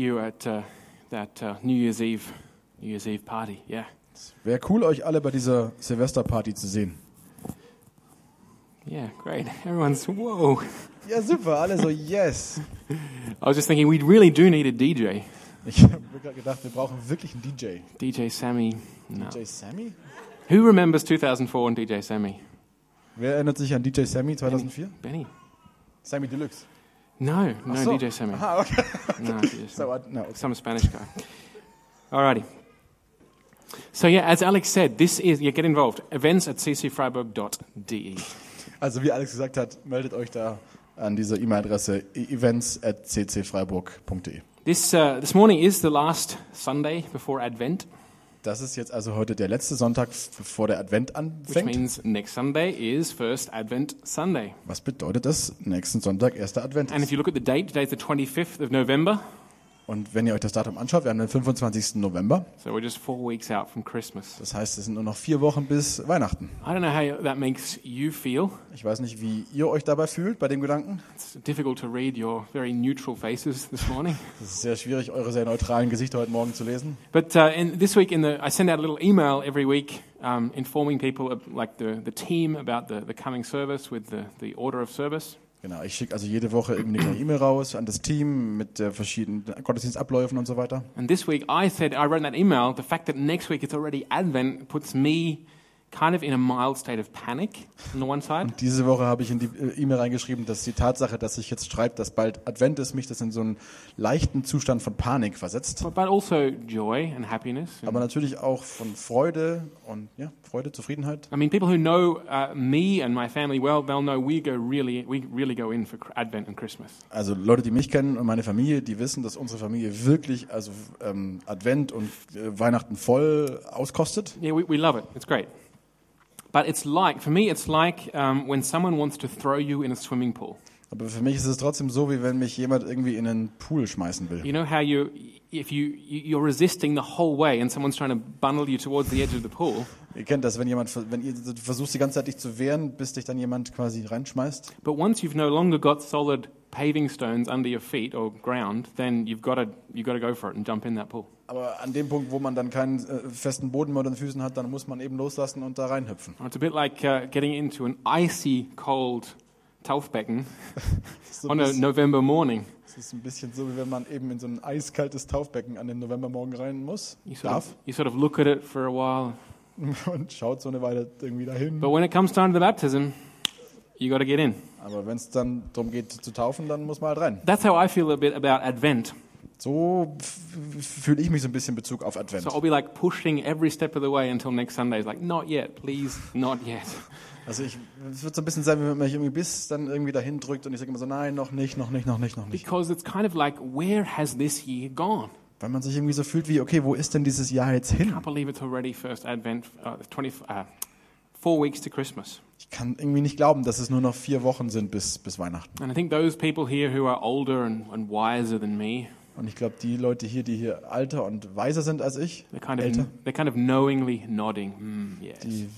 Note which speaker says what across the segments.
Speaker 1: you at uh, that uh, New Year's Eve, New Year's Eve party. Yeah,
Speaker 2: Wäre cool, euch alle bei dieser Silvesterparty zu sehen.
Speaker 1: yeah, great. Everyone's whoa.
Speaker 2: Ja, super, alle so, yes.
Speaker 1: I was just thinking we really do need a DJ.
Speaker 2: Ich habe mir gerade gedacht, wir brauchen wirklich einen DJ.
Speaker 1: DJ Sammy. No.
Speaker 2: DJ Sammy?
Speaker 1: Who remembers 2004 and DJ Sammy?
Speaker 2: Wer erinnert sich an DJ Sammy 2004?
Speaker 1: Benny.
Speaker 2: Sammy Deluxe.
Speaker 1: No, no
Speaker 2: so.
Speaker 1: DJ Sammy.
Speaker 2: Ah, okay.
Speaker 1: No, DJ Sammy.
Speaker 2: So, I, no, it's-
Speaker 1: Some Spanish guy. Alrighty. So yeah, as Alex said, this is yeah. Get involved. Events at ccfreiburg.de.
Speaker 2: also wie Alex gesagt hat, meldet euch da an dieser E-Mail-Adresse events.ccfreiburg.de.
Speaker 1: This uh, this morning is the last Sunday before Advent,
Speaker 2: Das ist jetzt also heute der letzte Sonntag, f- bevor der Advent
Speaker 1: which
Speaker 2: anfängt.
Speaker 1: means next Sunday is First Advent Sunday.
Speaker 2: Was bedeutet das? Nächsten Sonntag, erster Advent.
Speaker 1: And if
Speaker 2: Ist.
Speaker 1: you look at the date, today's the 25th of November,
Speaker 2: Und wenn ihr euch das Datum anschaut, wir haben den 25. November.
Speaker 1: so we're just four weeks out from Christmas.
Speaker 2: Das heißt, es sind nur noch vier Wochen bis Weihnachten.
Speaker 1: I don't know how that makes you feel.
Speaker 2: Ich weiß nicht, wie ihr euch dabei fühlt bei dem Gedanken.
Speaker 1: It's difficult to read your very neutral faces this morning.
Speaker 2: Es ist sehr schwierig, eure sehr neutralen Gesichter heute Morgen zu lesen.
Speaker 1: But uh, in, this week, in the, I send out a little email every week um, informing people, of, like the, the team, about the, the coming service with the, the order of service.
Speaker 2: Genau, ich schicke also jede Woche irgendwie eine E-Mail raus an das Team mit äh, verschiedenen Gottesdienstabläufen und so weiter.
Speaker 1: And this week, I said, I wrote in that email, the fact that next week it's already Advent puts me kind of in a mild state of panic on the one side.
Speaker 2: Diese Woche habe ich in die äh, E-Mail reingeschrieben, dass die Tatsache, dass ich jetzt schreibe, dass bald Advent ist, mich das in so einen leichten Zustand von Panik versetzt.
Speaker 1: But, but also joy and happiness. and-
Speaker 2: Aber natürlich auch von Freude und ja, Freude, Zufriedenheit.
Speaker 1: I mean, people who know uh, me and my family well, they'll know we go really, we really go in for Cr- Advent and Christmas.
Speaker 2: Also Leute, die mich kennen und meine Familie, die wissen, dass unsere Familie wirklich also ähm, Advent und äh, Weihnachten voll auskostet.
Speaker 1: Yeah, we, we love it. It's great. But it's like, for me, it's like um, when someone wants to throw you in a swimming pool.
Speaker 2: Aber für mich ist es trotzdem so, wie wenn mich jemand irgendwie in einen Pool schmeißen will.
Speaker 1: You know how you, if you, you- you're resisting the whole way and someone's trying to bundle you towards the edge of the pool,
Speaker 2: Ihr kennt das, wenn jemand, wenn ihr versuchst die ganze Zeit dich zu wehren, bis dich dann jemand quasi reinschmeißt.
Speaker 1: but once you've no longer got solid paving stones under your feet or ground, then you've got to, you've got to go for it and jump in that pool.
Speaker 2: Aber an dem Punkt, wo man dann keinen äh, festen Boden mehr unter den Füßen hat, dann muss man eben loslassen und da reinhüpfen.
Speaker 1: Or It's a bit like uh, getting into an icy cold Taufbecken
Speaker 2: Das ist, so ein
Speaker 1: on a
Speaker 2: bisschen,
Speaker 1: November morning.
Speaker 2: das ist ein bisschen so, wie wenn man eben in so ein eiskaltes Taufbecken an dem Novembermorgen rein muss,
Speaker 1: You sort,
Speaker 2: darf
Speaker 1: of, you sort of look at it for a while.
Speaker 2: und schaut so eine Weile irgendwie dahin.
Speaker 1: But when it comes time to the baptism, you got to get in.
Speaker 2: Aber wenn es dann darum geht zu taufen, dann muss man halt rein.
Speaker 1: That's how I feel a bit about Advent.
Speaker 2: So f- fühle ich mich so ein bisschen in Bezug auf Advent.
Speaker 1: So I'll be like pushing every step of the way until next Sunday. It's like, not yet, please, not yet.
Speaker 2: Also ich, es wird so ein bisschen sein, wie wenn man mich irgendwie bis dann irgendwie dahin drückt und ich sage immer so, nein, noch nicht, noch nicht, noch nicht, noch nicht.
Speaker 1: Because it's kind of like, where has this year gone?
Speaker 2: Weil man sich irgendwie so fühlt wie, okay, wo ist denn dieses Jahr jetzt hin?
Speaker 1: I believe it's already first Advent, uh, 20, uh, four weeks to Christmas.
Speaker 2: Ich kann irgendwie nicht glauben, dass es nur noch vier Wochen sind bis, bis Weihnachten.
Speaker 1: And I think those people here who are older and, and wiser than me,
Speaker 2: Und ich glaube, die Leute hier, die hier älter und weiser sind als ich,
Speaker 1: they're kind
Speaker 2: Älter.
Speaker 1: of, they're kind of knowingly nodding, mm, yes.
Speaker 2: die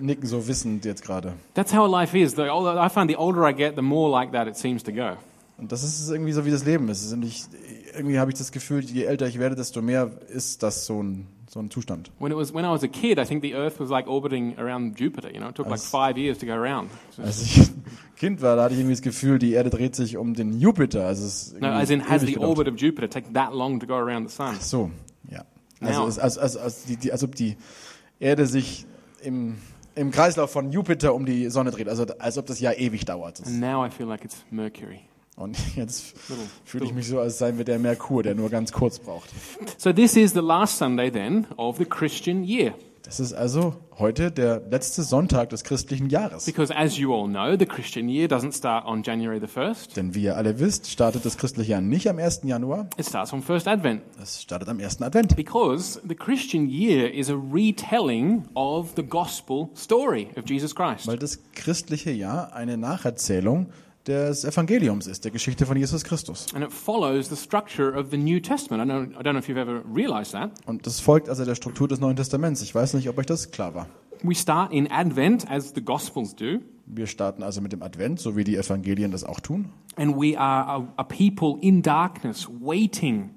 Speaker 2: nicken so wissend jetzt gerade.
Speaker 1: That's how life is. The older, I find the older I get, the more like that it seems to go.
Speaker 2: Und das ist irgendwie so, wie das Leben ist. Und ich, irgendwie habe ich das Gefühl, je älter ich werde, desto mehr ist das so ein, so ein Zustand.
Speaker 1: When, it was, when I was a kid, I think the Earth was like orbiting around Jupiter. You know, it took like
Speaker 2: Als-
Speaker 1: five years to go around. So-
Speaker 2: Als ich Kind war, da hatte ich irgendwie das Gefühl, die Erde dreht sich um den Jupiter. Also es ist
Speaker 1: no,
Speaker 2: irgendwie
Speaker 1: as in, has
Speaker 2: ewig
Speaker 1: the
Speaker 2: gedauert.
Speaker 1: orbit of Jupiter take that long to go around the sun?
Speaker 2: Ach so, ja.
Speaker 1: Ja.
Speaker 2: Also, es, als, als, als, die, die, als ob die Erde sich im, im Kreislauf von Jupiter um die Sonne dreht. Also als ob das Jahr ewig dauert.
Speaker 1: And now I feel like it's Mercury.
Speaker 2: Und jetzt
Speaker 1: Little-
Speaker 2: fühle ich mich so, als seien wir der Merkur, der nur ganz kurz braucht.
Speaker 1: So this is the last Sunday then of the Christian year,
Speaker 2: Das ist also heute der letzte Sonntag des christlichen Jahres.
Speaker 1: because as you all know, the Christian year doesn't start on January the first.
Speaker 2: Denn wie ihr alle wisst, startet das christliche Jahr nicht am 1. Januar,
Speaker 1: It starts on First Advent,
Speaker 2: es startet am 1. Advent.
Speaker 1: because the Christian year is a retelling of the gospel story of Jesus Christ.
Speaker 2: Weil das christliche Jahr eine Nacherzählung des Evangeliums ist, der Geschichte von Jesus Christus.
Speaker 1: And it follows the structure of the New Testament. I, know, I don't know if you've ever realized that.
Speaker 2: Und das folgt also der Struktur des Neuen Testaments. Ich weiß nicht, ob euch das klar war.
Speaker 1: We start in Advent, as the Gospels do,
Speaker 2: Wir starten also mit dem Advent, so wie die Evangelien das auch tun.
Speaker 1: and we are a, a people in darkness waiting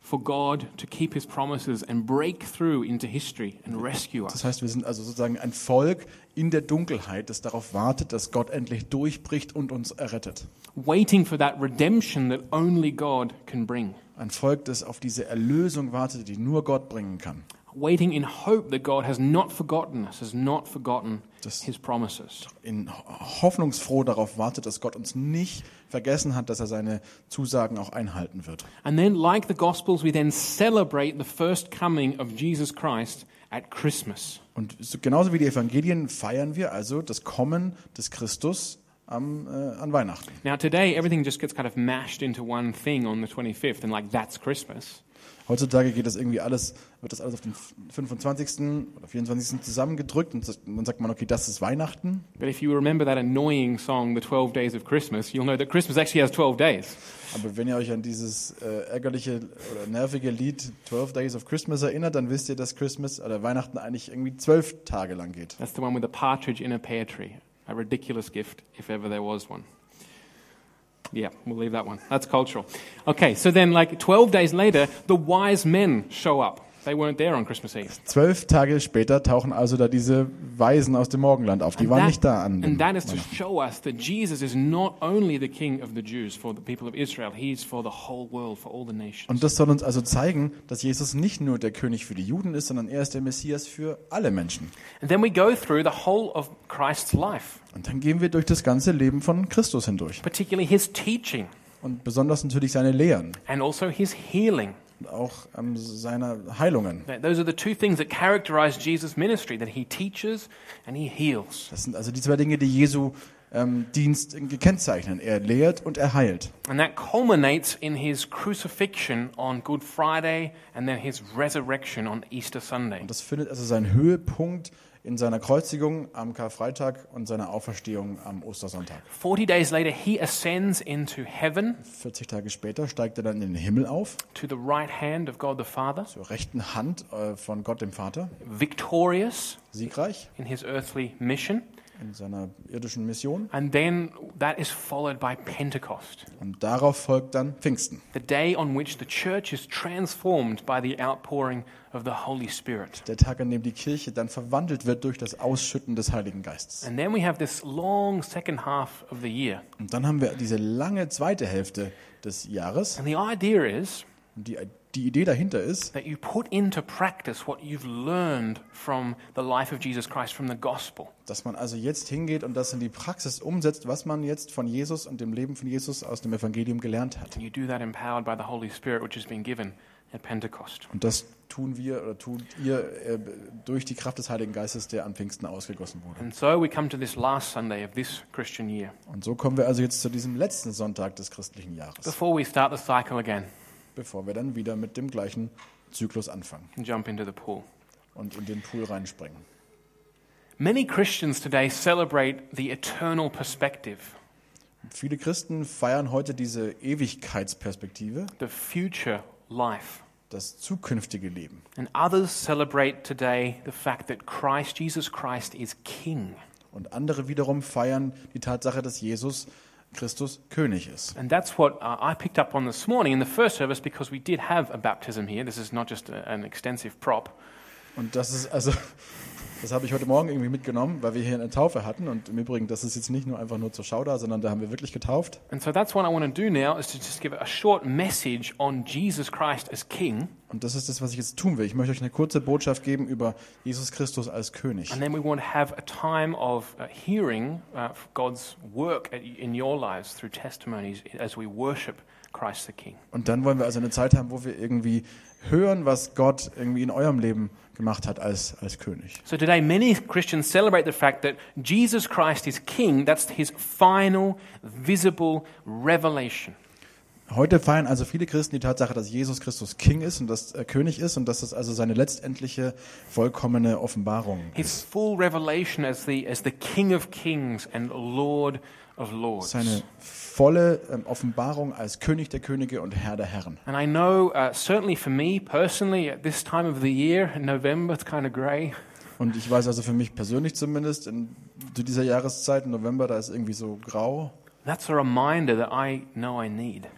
Speaker 1: for God to keep his promises and break through into history and rescue us.
Speaker 2: Das heißt, wir sind also sozusagen ein Volk in der Dunkelheit, das darauf wartet, dass Gott endlich durchbricht und uns errettet.
Speaker 1: waiting for that redemption that only God can bring,
Speaker 2: Ein Volk, das auf diese Erlösung wartet, die nur Gott bringen kann.
Speaker 1: waiting in hope that God has not forgotten us, has not forgotten
Speaker 2: Das-
Speaker 1: his promises.
Speaker 2: In ho- hoffnungsfroh darauf wartet, dass Gott uns nicht vergessen hat, dass er seine Zusagen auch einhalten wird.
Speaker 1: And then, like the Gospels, we then celebrate the first coming of Jesus Christ at Christmas.
Speaker 2: Und so, genauso wie die Evangelien feiern wir also das Kommen des Christus am, äh, an Weihnachten.
Speaker 1: Now, today, everything just gets kind of mashed into one thing on the 25th, and like, that's Christmas.
Speaker 2: Heutzutage geht das irgendwie alles, wird das alles auf den 25. oder 24. zusammengedrückt und dann sagt man, okay, das ist Weihnachten.
Speaker 1: But if you remember that annoying song, The 12 Days of Christmas, you'll know that Christmas actually has 12 days.
Speaker 2: Aber wenn ihr euch an dieses äh, ärgerliche oder nervige Lied 12 Days of Christmas erinnert, dann wisst ihr, dass Christmas oder Weihnachten eigentlich irgendwie zwölf Tage lang geht.
Speaker 1: That's the one with the partridge in a pear tree. A ridiculous gift, if ever there was one. Yeah, we'll leave that one. That's cultural. Okay, so then, like 12 days later, the wise men show up. They weren't there on Christmas Eve.
Speaker 2: Zwölf Tage später tauchen also da diese Weisen aus dem Morgenland auf. Die waren
Speaker 1: That-
Speaker 2: nicht da an.
Speaker 1: and
Speaker 2: dem
Speaker 1: that is to
Speaker 2: Weihnachten.
Speaker 1: show us that Jesus is not only the king of the Jews for the people of Israel, he's for the whole world, for all the nations.
Speaker 2: Und das soll uns also zeigen, dass Jesus nicht nur der König für die Juden ist, sondern er ist der Messias für alle Menschen.
Speaker 1: And then we go through the whole of Christ's life,
Speaker 2: Und dann gehen wir durch das ganze Leben von Christus hindurch.
Speaker 1: particularly his teaching
Speaker 2: Und besonders natürlich seine Lehren
Speaker 1: and also his healing.
Speaker 2: und auch ähm, seine Heilungen.
Speaker 1: Th- Those are the two things that characterize Jesus' ministry that he teaches and he heals.
Speaker 2: Das sind also die zwei Dinge, die Jesu ähm, Dienst gekennzeichnen. Er lehrt und er heilt.
Speaker 1: And that culminates in his crucifixion on Good Friday and then his resurrection on Easter Sunday.
Speaker 2: Und das findet also seinen Höhepunkt in seiner Kreuzigung am Karfreitag und seiner Auferstehung am Ostersonntag.
Speaker 1: 40 days later, he ascends into heaven
Speaker 2: 40 Tage später steigt er dann in den Himmel auf,
Speaker 1: to the right hand of God the Father,
Speaker 2: zur rechten Hand äh, von Gott dem Vater,
Speaker 1: victorious
Speaker 2: siegreich
Speaker 1: in his earthly mission.
Speaker 2: in seiner irdischen Mission.
Speaker 1: And then that is followed by Pentecost,
Speaker 2: Und darauf folgt dann Pfingsten,
Speaker 1: the day on which the church is transformed by the outpouring of the Holy Spirit.
Speaker 2: der Tag, an dem die Kirche dann verwandelt wird durch das Ausschütten des Heiligen Geistes.
Speaker 1: And then we have this long second half of the year.
Speaker 2: Und dann haben wir diese lange zweite Hälfte des Jahres.
Speaker 1: And the idea is
Speaker 2: Und die, die Idee dahinter ist,
Speaker 1: that you put into practice what you've learned from the life of Jesus Christ, from the gospel.
Speaker 2: dass man also jetzt hingeht und das in die Praxis umsetzt, was man jetzt von Jesus und dem Leben von Jesus aus dem Evangelium gelernt hat.
Speaker 1: And you do that empowered by the Holy Spirit, which has been given at Pentecost.
Speaker 2: Und das tun wir oder tut ihr äh, durch die Kraft des Heiligen Geistes, der an Pfingsten ausgegossen wurde.
Speaker 1: And so we come to this last Sunday of this Christian year,
Speaker 2: Und so kommen wir also jetzt zu diesem letzten Sonntag des christlichen Jahres,
Speaker 1: before we start the cycle again
Speaker 2: bevor wir dann wieder mit dem gleichen Zyklus anfangen
Speaker 1: and jump into the pool.
Speaker 2: und in den Pool reinspringen.
Speaker 1: Many Christians today celebrate the eternal perspective,
Speaker 2: Viele Christen feiern heute diese Ewigkeitsperspektive,
Speaker 1: the future life.
Speaker 2: das zukünftige Leben.
Speaker 1: And others celebrate today the fact that Christ, Jesus Christ, is King.
Speaker 2: Und andere wiederum feiern die Tatsache, dass Jesus Christus König ist.
Speaker 1: And that's what uh, I picked up on this morning in the first service because we did have a baptism here. This is not just a, an extensive prop.
Speaker 2: Und das ist also, das habe ich heute Morgen irgendwie mitgenommen, weil wir hier eine Taufe hatten. Und im Übrigen, das ist jetzt nicht nur einfach nur zur Schau da, sondern da haben wir wirklich getauft.
Speaker 1: And so that's what I want to do now is to just give a short message on Jesus Christ as King.
Speaker 2: Und das ist das, was ich jetzt tun will. Ich möchte euch eine kurze Botschaft geben über Jesus Christus als König.
Speaker 1: And then we want to have a time of uh, hearing uh, God's work at, in your lives through testimonies as we worship Christ the King.
Speaker 2: Und dann wollen wir also eine Zeit haben, wo wir irgendwie hören, was Gott irgendwie in eurem Leben gemacht hat als, als König.
Speaker 1: So today, many Christians celebrate the fact that Jesus Christ is King. That's his final, visible revelation.
Speaker 2: Heute feiern also viele Christen die Tatsache, dass Jesus Christus King ist und dass er König ist und dass das also seine letztendliche vollkommene Offenbarung ist.
Speaker 1: His full revelation as the, as the King of Kings and Lord of Lords.
Speaker 2: Seine volle ähm, Offenbarung als König der Könige und Herr der Herren.
Speaker 1: And I know, uh, certainly for me personally, at this time of the year, in November, it's kind of grey.
Speaker 2: Und ich weiß also für mich persönlich zumindest, in, zu dieser Jahreszeit im November, da ist irgendwie so grau.
Speaker 1: That's a reminder that I know I need.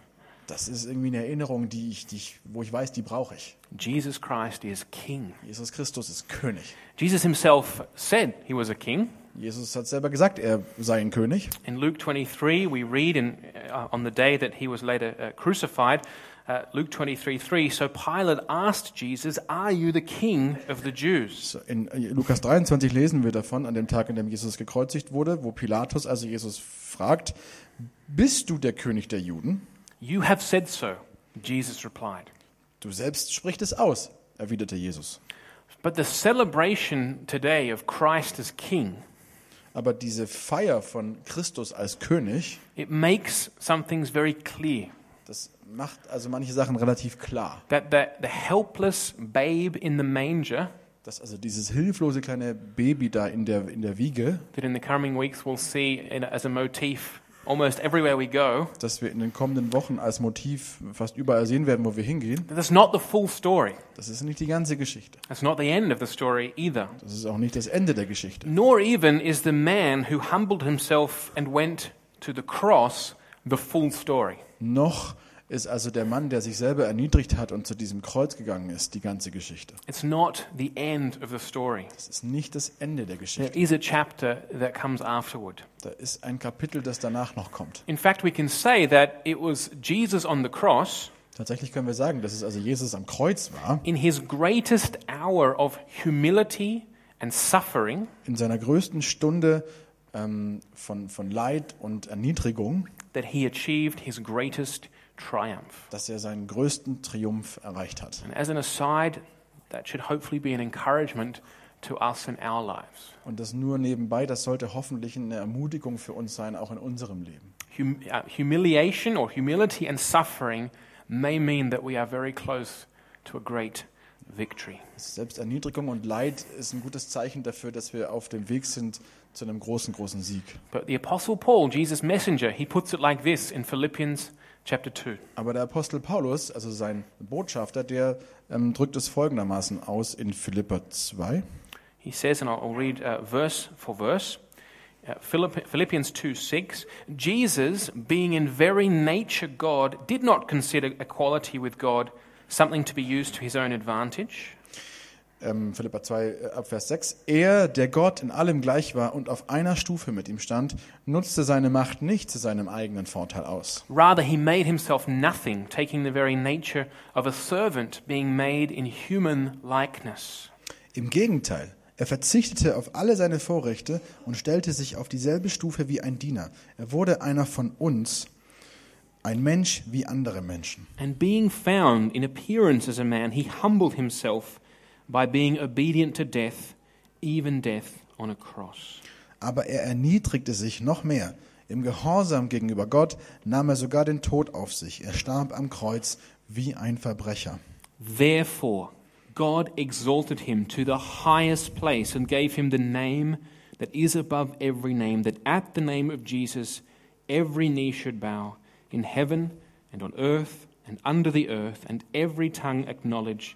Speaker 2: Das ist irgendwie eine Erinnerung, die ich, die ich, wo ich weiß, die brauche ich.
Speaker 1: Jesus Christ is king.
Speaker 2: Jesus Christus ist König.
Speaker 1: Jesus himself said he was a king.
Speaker 2: Jesus hat selber gesagt, er sei ein König.
Speaker 1: In Luke 23, we read in, uh, on the day that he was later uh, crucified, uh, Luke 23 3, so Pilate asked Jesus, Are you the king of the Jews?
Speaker 2: So, In äh, Lukas 23 lesen wir davon, an dem Tag, an dem Jesus gekreuzigt wurde, wo Pilatus also Jesus fragt, bist du der König der Juden?
Speaker 1: You have said so, Jesus replied.
Speaker 2: Du selbst sprichst es aus, erwiderte Jesus.
Speaker 1: But the celebration today of Christ as king,
Speaker 2: Aber diese Feier von Christus als König,
Speaker 1: it makes some things very clear.
Speaker 2: das macht also manche Sachen relativ klar.
Speaker 1: That the, the helpless babe in the manger,
Speaker 2: Dass also dieses hilflose kleine Baby da in der, in der Wiege,
Speaker 1: that in the coming weeks we'll see in, as a motif almost everywhere we go,
Speaker 2: das wir in den kommenden Wochen als Motiv fast überall sehen werden, wo wir hingehen,
Speaker 1: that's not the full story.
Speaker 2: das ist nicht die ganze Geschichte.
Speaker 1: That's not the end of the story either.
Speaker 2: Das ist auch nicht das Ende der Geschichte.
Speaker 1: Nor even is the man who humbled himself and went to the cross the full story.
Speaker 2: Noch ist also der Mann, der sich selber erniedrigt hat und zu diesem Kreuz gegangen ist, die ganze Geschichte.
Speaker 1: It's not the end of the story.
Speaker 2: Das ist nicht das Ende der
Speaker 1: There
Speaker 2: Geschichte.
Speaker 1: is a chapter that comes afterward.
Speaker 2: Da ist ein Kapitel, das danach noch kommt.
Speaker 1: In fact, we can say that it was Jesus on the cross
Speaker 2: Tatsächlich können wir sagen, dass es also Jesus am Kreuz war,
Speaker 1: in his greatest hour of humility and suffering
Speaker 2: in seiner größten Stunde ähm, von, von Leid und Erniedrigung,
Speaker 1: that he achieved his greatest triumph.
Speaker 2: dass er seinen größten Triumph erreicht hat.
Speaker 1: And as an aside, that should hopefully be an encouragement to us in our lives.
Speaker 2: Und das nur nebenbei, das sollte hoffentlich eine Ermutigung für uns sein, auch in unserem Leben.
Speaker 1: Hum uh, humiliation or humility and suffering may mean that we are very close to a great victory.
Speaker 2: Selbsterniedrigung Also und Leid ist ein gutes Zeichen dafür, dass wir auf dem Weg sind zu einem großen, großen Sieg.
Speaker 1: But the Apostle Paul, Jesus' messenger, he puts it like this in Philippians chapter 2.
Speaker 2: Aber der Apostel Paulus, also sein Botschafter, der ähm, drückt es folgendermaßen aus in Philippa 2.
Speaker 1: He says, and I'll I'll read uh, verse for verse uh, Philipp- Philippians 2 6 Jesus, being in very nature God, did not consider equality with God something to be used to his own advantage.
Speaker 2: ähm, Philippa 2, äh, ab Vers 6. Er, der Gott in allem gleich war und auf einer Stufe mit ihm stand, nutzte seine Macht nicht zu seinem eigenen Vorteil aus.
Speaker 1: Rather, he made himself nothing, taking the very nature of a servant, being made in human likeness.
Speaker 2: Im Gegenteil, er verzichtete auf alle seine Vorrechte und stellte sich auf dieselbe Stufe wie ein Diener. Er wurde einer von uns, ein Mensch wie andere Menschen.
Speaker 1: And being found in appearance as a man, he humbled himself by being obedient to death, even death on a cross.
Speaker 2: Aber er erniedrigte sich noch mehr. Im Gehorsam gegenüber Gott nahm er sogar den Tod auf sich. Er starb am Kreuz wie ein Verbrecher.
Speaker 1: Therefore, God exalted him to the highest place and gave him the name that is above every name, that at the name of Jesus every knee should bow in heaven and on earth and under the earth, and every tongue acknowledge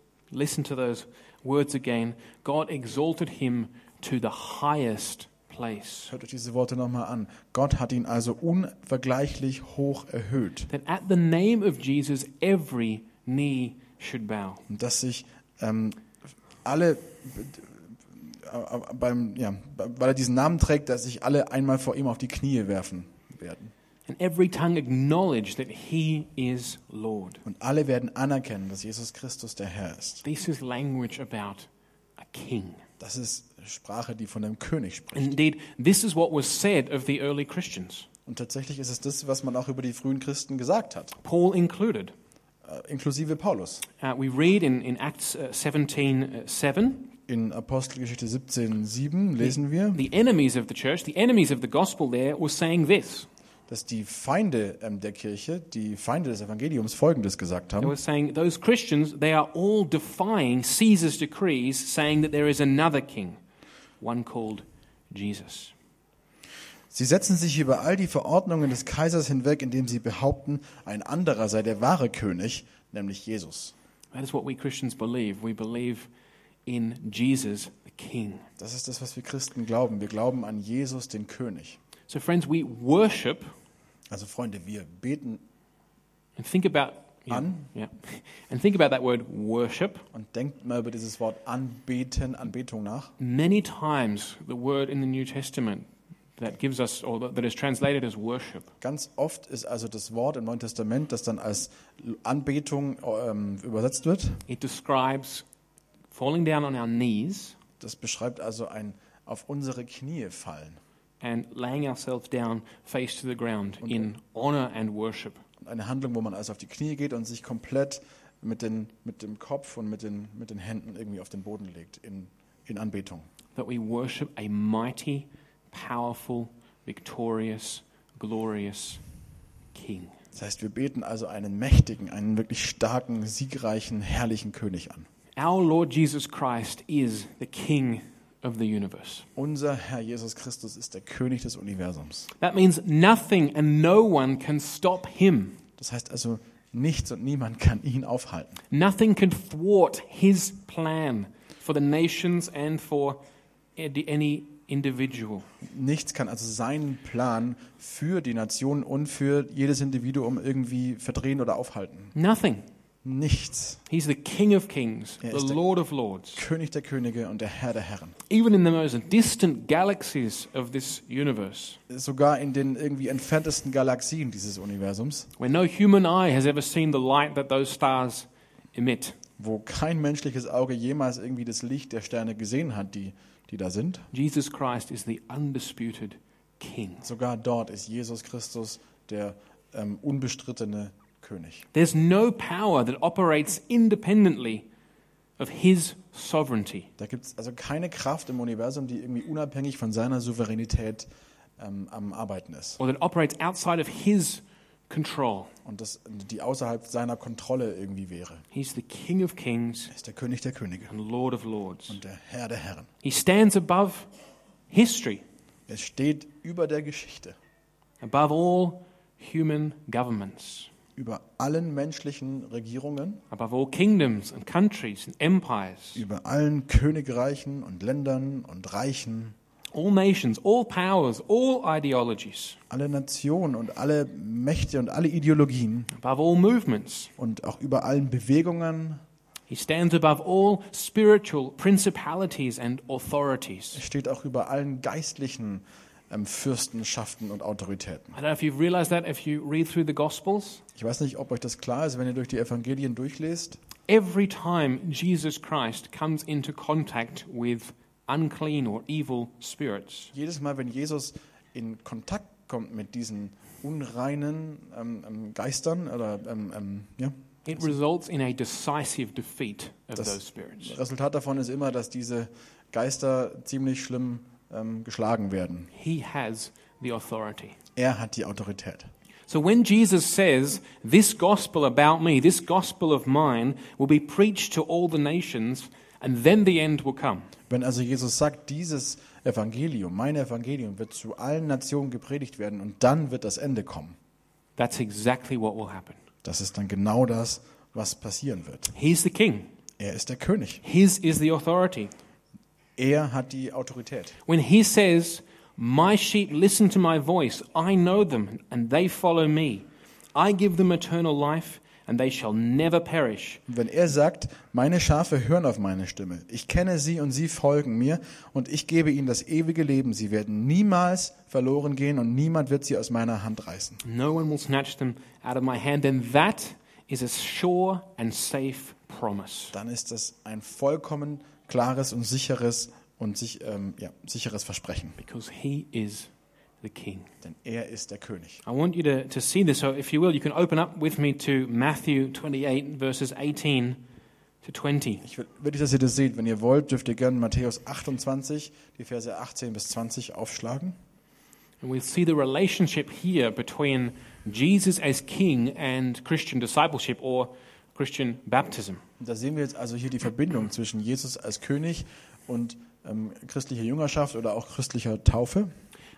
Speaker 1: listen to those words again. God exalted him to the highest place.
Speaker 2: Hört euch diese Worte nochmal an. Gott hat ihn also unvergleichlich hoch erhöht.
Speaker 1: that at the name of Jesus every knee should bow.
Speaker 2: Und dass sich ähm, alle äh, äh, beim, ja, weil er diesen Namen trägt, dass sich alle einmal vor ihm auf die Knie werfen werden.
Speaker 1: And every tongue acknowledge that he is Lord.
Speaker 2: Und alle werden anerkennen, dass Jesus Christus der Herr ist.
Speaker 1: This is language about a king.
Speaker 2: Das ist Sprache, die von einem König spricht.
Speaker 1: Indeed, this is what was said of the early Christians,
Speaker 2: Und tatsächlich ist es das, was man auch über die frühen Christen gesagt hat,
Speaker 1: Paul included.
Speaker 2: äh, inklusive Paulus.
Speaker 1: Uh, we read in, in Acts uh, 17 uh, 7
Speaker 2: In Apostelgeschichte 17,7 lesen wir,
Speaker 1: the enemies of the church, the enemies of the gospel there, were saying this
Speaker 2: dass die Feinde ähm, der Kirche, die Feinde des Evangeliums Folgendes gesagt
Speaker 1: They
Speaker 2: haben.
Speaker 1: were saying those Christians, they are all defying Caesar's decrees, saying that there is another king, one called Jesus.
Speaker 2: Sie setzen sich über all die Verordnungen des Kaisers hinweg, indem sie behaupten, ein anderer sei der wahre König, nämlich Jesus.
Speaker 1: That is what we Christians believe. We believe in Jesus, the king.
Speaker 2: Das ist das, was wir Christen glauben. Wir glauben an Jesus, den König.
Speaker 1: So, friends, we worship
Speaker 2: Also Freunde, wir beten
Speaker 1: and think about. yeah,
Speaker 2: An?
Speaker 1: yeah. And think about that word worship.
Speaker 2: und denkt mal über dieses Wort anbeten, Anbetung nach.
Speaker 1: Many times, the word in the New Testament that gives us, or that is translated as worship,
Speaker 2: Ganz oft ist also das Wort im Neuen Testament, das dann als Anbetung ähm, übersetzt wird,
Speaker 1: it describes falling down on our knees
Speaker 2: das beschreibt also ein auf unsere Knie fallen
Speaker 1: and laying ourselves down face to the ground in honor and worship.
Speaker 2: und eine Handlung, wo man also auf die Knie geht und sich komplett mit, den, mit dem Kopf und mit den, mit den Händen irgendwie auf den Boden legt in, in Anbetung.
Speaker 1: That we worship a mighty, powerful, victorious, glorious King.
Speaker 2: Das heißt, wir beten also einen mächtigen, einen wirklich starken, siegreichen, herrlichen König an.
Speaker 1: Our Lord Jesus Christ is the King of the universe.
Speaker 2: Unser Herr Jesus Christus ist der König des Universums.
Speaker 1: That means nothing and no one can stop him.
Speaker 2: Das heißt also, nichts und niemand kann ihn aufhalten.
Speaker 1: Nothing can thwart his plan for the nations and for ed- any individual.
Speaker 2: Nichts kann also seinen Plan für die Nation und für jedes Individuum irgendwie verdrehen oder aufhalten.
Speaker 1: Nothing.
Speaker 2: Nichts.
Speaker 1: He's the King of kings,
Speaker 2: Ja,
Speaker 1: the
Speaker 2: ist der-
Speaker 1: Lord of lords.
Speaker 2: König der Könige und der Herr der Herren.
Speaker 1: Even in the most distant galaxies of this universe,
Speaker 2: Sogar in den irgendwie entferntesten Galaxien dieses Universums,
Speaker 1: where no human eye has ever seen the light that those stars emit,
Speaker 2: wo kein menschliches Auge jemals irgendwie das Licht der Sterne gesehen hat, die, die da sind.
Speaker 1: Jesus Christ is the undisputed King.
Speaker 2: Sogar dort ist Jesus Christus der ähm, unbestrittene König.
Speaker 1: There's no power that operates independently of his sovereignty.
Speaker 2: Da gibt es also keine Kraft im Universum, die irgendwie unabhängig von seiner Souveränität ähm, am Arbeiten ist
Speaker 1: or that operates outside of his control.
Speaker 2: und das, die außerhalb seiner Kontrolle irgendwie wäre.
Speaker 1: He's the King of kings
Speaker 2: Er ist der König der Könige
Speaker 1: and Lord of lords.
Speaker 2: und der Herr der Herren.
Speaker 1: He stands above history,
Speaker 2: Er steht über der Geschichte,
Speaker 1: above all human governments,
Speaker 2: über allen menschlichen Regierungen,
Speaker 1: above all kingdoms and countries and empires,
Speaker 2: über allen Königreichen und Ländern und Reichen,
Speaker 1: all nations, all powers, all ideologies,
Speaker 2: alle Nationen und alle Mächte und alle Ideologien
Speaker 1: above all movements.
Speaker 2: und auch über allen Bewegungen.
Speaker 1: He stands above all spiritual principalities and authorities.
Speaker 2: Er steht auch über allen geistlichen ähm, Fürstenschaften und Autoritäten.
Speaker 1: I don't know if you've realized that if you read through the Gospels.
Speaker 2: Ich weiß nicht, ob euch das klar ist, wenn ihr durch die Evangelien durchlest.
Speaker 1: Every time Jesus Christ comes into contact with unclean or evil spirits,
Speaker 2: Jedes Mal, wenn Jesus in Kontakt kommt mit diesen unreinen ähm, ähm, Geistern oder ähm, ähm, ja,
Speaker 1: it results in a decisive defeat of
Speaker 2: Das-
Speaker 1: those spirits.
Speaker 2: Resultat davon ist immer, dass diese Geister ziemlich schlimm ähm, geschlagen werden.
Speaker 1: He has the authority.
Speaker 2: Er hat die Autorität.
Speaker 1: So when Jesus says, This gospel about me, this gospel of mine, will be preached to all the nations, and then the end will come,
Speaker 2: Wenn also Jesus sagt, dieses Evangelium, mein Evangelium, wird zu allen Nationen gepredigt werden und dann wird das Ende kommen.
Speaker 1: that's exactly what will happen.
Speaker 2: Das ist dann genau das, was passieren wird.
Speaker 1: He's the king,
Speaker 2: Er ist der König.
Speaker 1: his is the authority.
Speaker 2: Er hat die Autorität.
Speaker 1: When he says, My sheep listen to my voice, I know them, and they follow me. I give them eternal life, and they shall never perish.
Speaker 2: Und Wenn er sagt, meine Schafe hören auf meine Stimme, ich kenne sie und sie folgen mir und ich gebe ihnen das ewige Leben, sie werden niemals verloren gehen und niemand wird sie aus meiner Hand reißen.
Speaker 1: No one will snatch them out of my hand. Then that is a sure and safe promise.
Speaker 2: Dann ist das ein vollkommen klares und sicheres und sich, ähm, ja, sicheres Versprechen,
Speaker 1: Because he is the king.
Speaker 2: denn er ist der König.
Speaker 1: I want you to, to see this. So, if you will, you can open up with me to Matthew 28, verses 18 to 20.
Speaker 2: Ich will wirklich, dass ihr das seht. Wenn ihr wollt, dürft ihr gerne Matthäus 28, die Verse 18 bis 20 aufschlagen.
Speaker 1: And we see the relationship here between Jesus as king and Christian discipleship or Christian baptism.
Speaker 2: Und da sehen wir jetzt also hier die Verbindung zwischen Jesus als König und ähm, christlicher Jüngerschaft oder auch christlicher Taufe.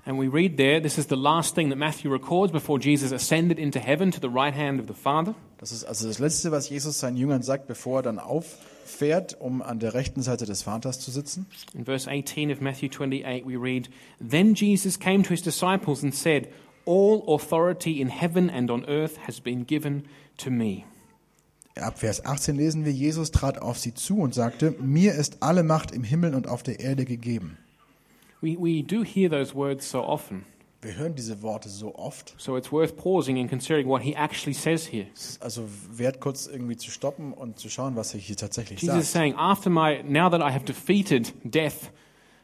Speaker 1: And we read there, this is the last thing that Matthew records before Jesus ascended into heaven to the right hand of the Father.
Speaker 2: Das ist also das Letzte, was Jesus seinen Jüngern sagt, bevor er dann auffährt, um an der rechten Seite des Vaters zu sitzen.
Speaker 1: In verse 18 of Matthew 28, we read, Then Jesus came to his disciples and said, All authority in heaven and on earth has been given to me.
Speaker 2: Ab Vers 18 lesen wir, Jesus trat auf sie zu und sagte, mir ist alle Macht im Himmel und auf der Erde gegeben.
Speaker 1: We, we do hear those words so often,
Speaker 2: Wir hören diese Worte so oft.
Speaker 1: so it's worth pausing and considering what he actually says here.
Speaker 2: Es ist also wert kurz irgendwie zu stoppen und zu schauen, was er hier tatsächlich
Speaker 1: Jesus is
Speaker 2: sagt.
Speaker 1: saying, After my, now that I have defeated death,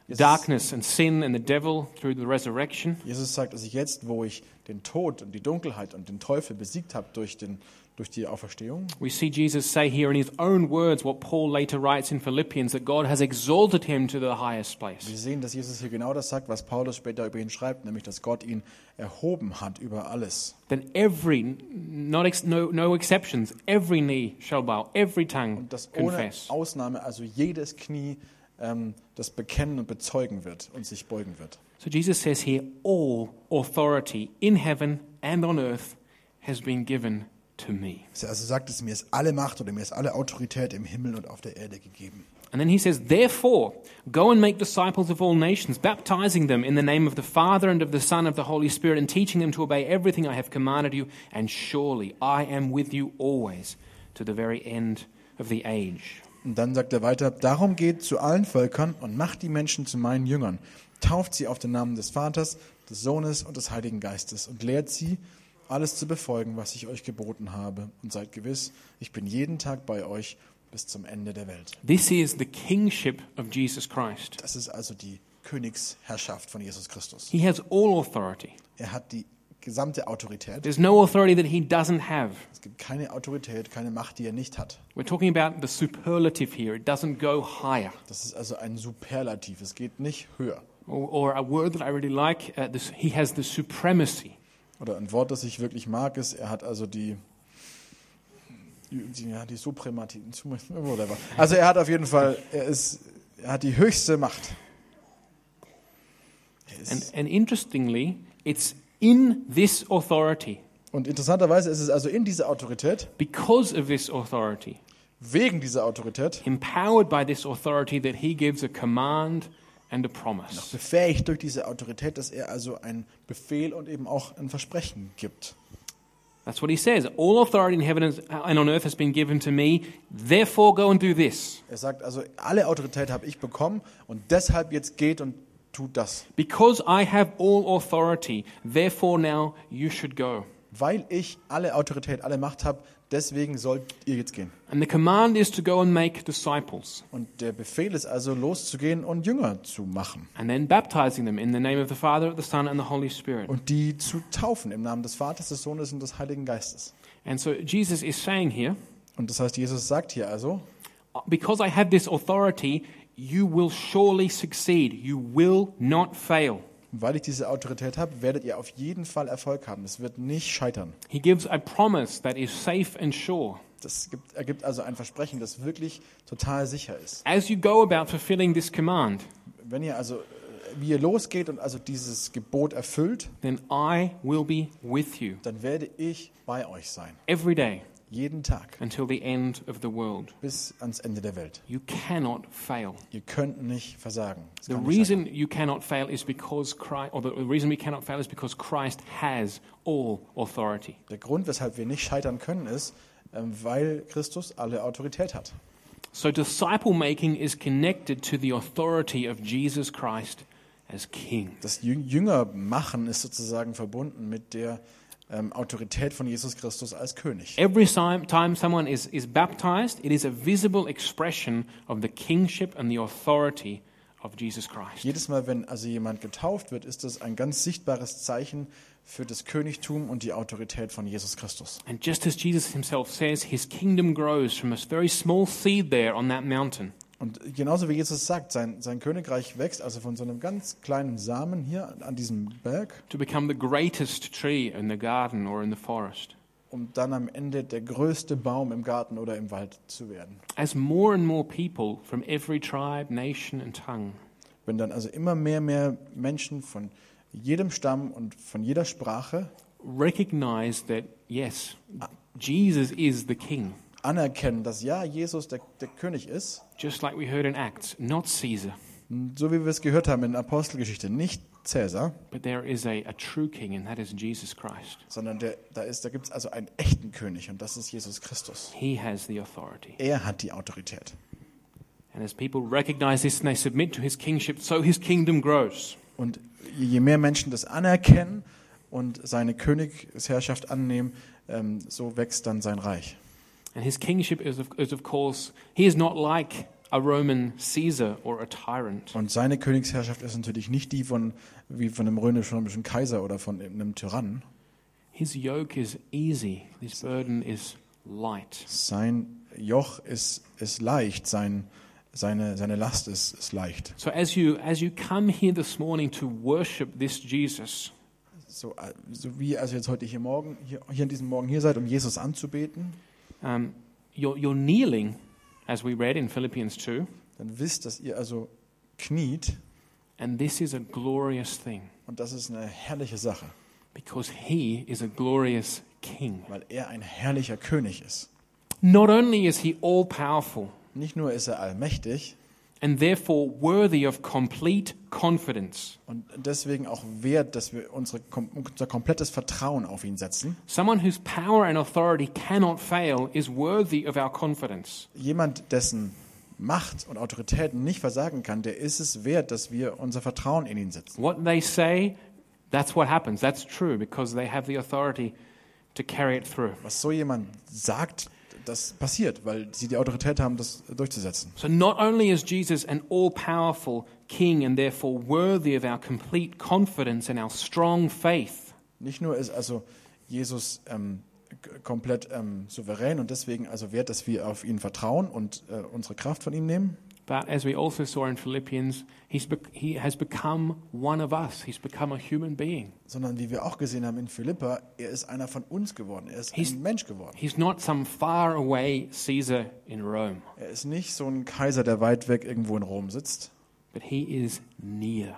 Speaker 2: Yes.
Speaker 1: darkness, and sin and the devil through the resurrection,
Speaker 2: Jesus sagt, also jetzt, wo ich den Tod und die Dunkelheit und den Teufel besiegt habe durch, den, durch die Auferstehung,
Speaker 1: We see Jesus say here in his own words what Paul later writes in Philippians that God has exalted him to the highest place.
Speaker 2: wir sehen, dass Jesus hier genau das sagt, was Paulus später über ihn schreibt, nämlich, dass Gott ihn erhoben hat über alles.
Speaker 1: Then every, not ex, no, no exceptions, every knee shall bow, every tongue
Speaker 2: Und dass ohne
Speaker 1: confess.
Speaker 2: Ausnahme also jedes Knie ähm, das bekennen und bezeugen wird und sich beugen wird.
Speaker 1: So Jesus says here, all authority in heaven and on earth has been given to me.
Speaker 2: Also sagt es, mir ist alle Macht oder mir ist alle Autorität im Himmel und auf der Erde gegeben.
Speaker 1: And then he says, Therefore, go and make disciples of all nations, baptizing them in the name of the Father and of the Son and of the Holy Spirit, and teaching them to obey everything I have commanded you. And surely I am with you always to the very end of the age.
Speaker 2: Und dann sagt er weiter, darum geht zu allen Völkern und macht die Menschen zu meinen Jüngern. Tauft sie auf den Namen des Vaters, des Sohnes und des Heiligen Geistes und lehrt sie, alles zu befolgen, was ich euch geboten habe. Und seid gewiss, ich bin jeden Tag bei euch bis zum Ende der Welt.
Speaker 1: This is the kingship of Jesus Christ.
Speaker 2: Das ist also die Königsherrschaft von Jesus Christus.
Speaker 1: He has all authority.
Speaker 2: Er hat die gesamte Autorität.
Speaker 1: There's no authority that he doesn't have.
Speaker 2: Es gibt keine Autorität, keine Macht, die er nicht hat.
Speaker 1: We're talking about the superlative here. It doesn't go higher.
Speaker 2: Das ist also ein Superlativ. Es geht nicht höher.
Speaker 1: Or, or a word that I really like, uh, this, he has the supremacy.
Speaker 2: Oder ein Wort, das ich wirklich mag, ist, er hat also die, die, ja, die Suprematie, whatever. Also er hat auf jeden Fall, er, ist, er hat die höchste Macht. Er
Speaker 1: And,
Speaker 2: ist,
Speaker 1: and interestingly, it's in this authority,
Speaker 2: und interessanterweise ist es also in dieser Autorität,
Speaker 1: because of this authority,
Speaker 2: wegen dieser Autorität,
Speaker 1: empowered by this authority, that he gives a command and a promise.
Speaker 2: befähigt durch diese Autorität, dass er also einen Befehl und eben auch ein Versprechen gibt.
Speaker 1: That's what he says. All authority in heaven and on earth has been given to me. Therefore, go and do this.
Speaker 2: Er sagt also, alle Autorität habe ich bekommen und deshalb jetzt geht und tut das.
Speaker 1: Because I have all authority, therefore now you should go.
Speaker 2: Weil ich alle Autorität, alle Macht habe, deswegen sollt ihr jetzt gehen.
Speaker 1: And the command is to go and make disciples,
Speaker 2: Und der Befehl ist also, loszugehen und Jünger zu machen
Speaker 1: and then baptizing them in the name of the Father, the Son, and the Holy Spirit.
Speaker 2: und die zu taufen im Namen des Vaters, des Sohnes und des Heiligen Geistes.
Speaker 1: And so Jesus is saying here,
Speaker 2: Und das heißt, Jesus sagt hier also,
Speaker 1: because I have this authority, you will surely succeed. You will not fail.
Speaker 2: weil ich diese Autorität habe, werdet ihr auf jeden Fall Erfolg haben. Es wird nicht scheitern.
Speaker 1: He gives a promise that is safe and sure.
Speaker 2: Das gibt, ergibt also ein Versprechen, das wirklich total sicher ist.
Speaker 1: As you go about fulfilling this command,
Speaker 2: Wenn ihr also, äh, wie ihr losgeht und also dieses Gebot erfüllt,
Speaker 1: then I will be with you
Speaker 2: dann werde ich bei euch sein.
Speaker 1: every day
Speaker 2: Jeden Tag.
Speaker 1: until the end of the world.
Speaker 2: Bis ans Ende der Welt.
Speaker 1: You cannot fail.
Speaker 2: Ihr könnt nicht versagen. Es
Speaker 1: The
Speaker 2: kann nicht
Speaker 1: reason you cannot fail is because Christ, or the reason we cannot fail is because Christ has all authority.
Speaker 2: Der Grund, weshalb wir nicht scheitern können, ist, ähm, weil Christus alle Autorität hat.
Speaker 1: So disciple making is connected to the authority of Jesus Christ as King.
Speaker 2: Das Jüng- Jüngermachen ist sozusagen verbunden mit der ähm, Autorität von Jesus Christus als König.
Speaker 1: Every si- time someone is, is baptized, it is a visible expression of the kingship and the authority of Jesus Christ.
Speaker 2: Jedes Mal, wenn also jemand getauft wird, ist das ein ganz sichtbares Zeichen für das Königtum und die Autorität von Jesus Christus.
Speaker 1: And just as Jesus himself says, his kingdom grows from a very small seed there on that mountain.
Speaker 2: Und genauso wie Jesus sagt, sein, sein Königreich wächst also von so einem ganz kleinen Samen hier an diesem Berg,
Speaker 1: to become the greatest tree in the garden or in the forest.
Speaker 2: um dann am Ende der größte Baum im Garten oder im Wald zu werden.
Speaker 1: As more and more people from every tribe, nation, and tongue
Speaker 2: Wenn dann also immer mehr, mehr Menschen von jedem Stamm und von jeder Sprache
Speaker 1: recognize that, yes, Jesus is the King,
Speaker 2: anerkennen, dass ja, Jesus der, der König ist,
Speaker 1: just like we heard in Acts, not Caesar,
Speaker 2: so wie wir es gehört haben in der Apostelgeschichte, nicht Cäsar,
Speaker 1: but there is a, a true King, and that is Jesus Christ.
Speaker 2: sondern der, da, ist- da gibt es also einen echten König und das ist Jesus Christus.
Speaker 1: He has the authority.
Speaker 2: Er hat die Autorität.
Speaker 1: And as people recognize this and they submit to his kingship, so his kingdom grows.
Speaker 2: Und je mehr Menschen das anerkennen und seine Königsherrschaft annehmen, ähm, so wächst dann sein Reich.
Speaker 1: And his kingship is of, is, of course, he is not like a Roman Caesar or a tyrant.
Speaker 2: Und seine Königsherrschaft ist natürlich nicht die von, wie von einem römisch-römischen Kaiser oder von einem Tyrannen.
Speaker 1: His yoke is easy, his burden is light.
Speaker 2: Sein Joch ist, ist leicht, sein, seine, seine Last ist, ist leicht.
Speaker 1: So as you, as you come here this morning to worship this Jesus,
Speaker 2: So, äh, so wie also jetzt heute hier morgen, hier, hier an diesem Morgen hier seid, um Jesus anzubeten,
Speaker 1: um, you're, you're kneeling, as we read in Philippians 2,
Speaker 2: dann wisst, dass ihr also kniet
Speaker 1: and this is a glorious thing
Speaker 2: und das ist eine herrliche Sache,
Speaker 1: because he is a glorious king.
Speaker 2: weil er ein herrlicher König ist.
Speaker 1: Not only is he all powerful,
Speaker 2: Nicht nur ist er allmächtig
Speaker 1: and therefore worthy of complete confidence.
Speaker 2: und deswegen auch wert, dass wir unsere, kom- unser komplettes Vertrauen auf ihn setzen.
Speaker 1: Someone whose power and authority cannot fail is worthy of our confidence.
Speaker 2: Jemand, dessen Macht und Autorität nicht versagen kann, der ist es wert, dass wir unser Vertrauen in ihn setzen.
Speaker 1: What they say, that's what happens. That's true because they have the authority to carry it through.
Speaker 2: Was so jemand sagt, das passiert, weil sie die Autorität haben, das durchzusetzen.
Speaker 1: So not only is Jesus an all powerful king and therefore worthy of our complete confidence and our strong faith,
Speaker 2: Nicht nur ist also Jesus ähm, k- komplett ähm, souverän und deswegen also wert, dass wir auf ihn vertrauen und äh, unsere Kraft von ihm nehmen,
Speaker 1: but as we also saw in Philippians, he's bec he has become one of us. He's become a human being.
Speaker 2: sondern wie wir auch gesehen haben in Philippa, er ist einer von uns geworden. Er ist
Speaker 1: He's-
Speaker 2: ein Mensch geworden.
Speaker 1: He's not some faraway Caesar in Rome,
Speaker 2: Er ist nicht so ein Kaiser, der weit weg irgendwo in Rom sitzt,
Speaker 1: but he is near.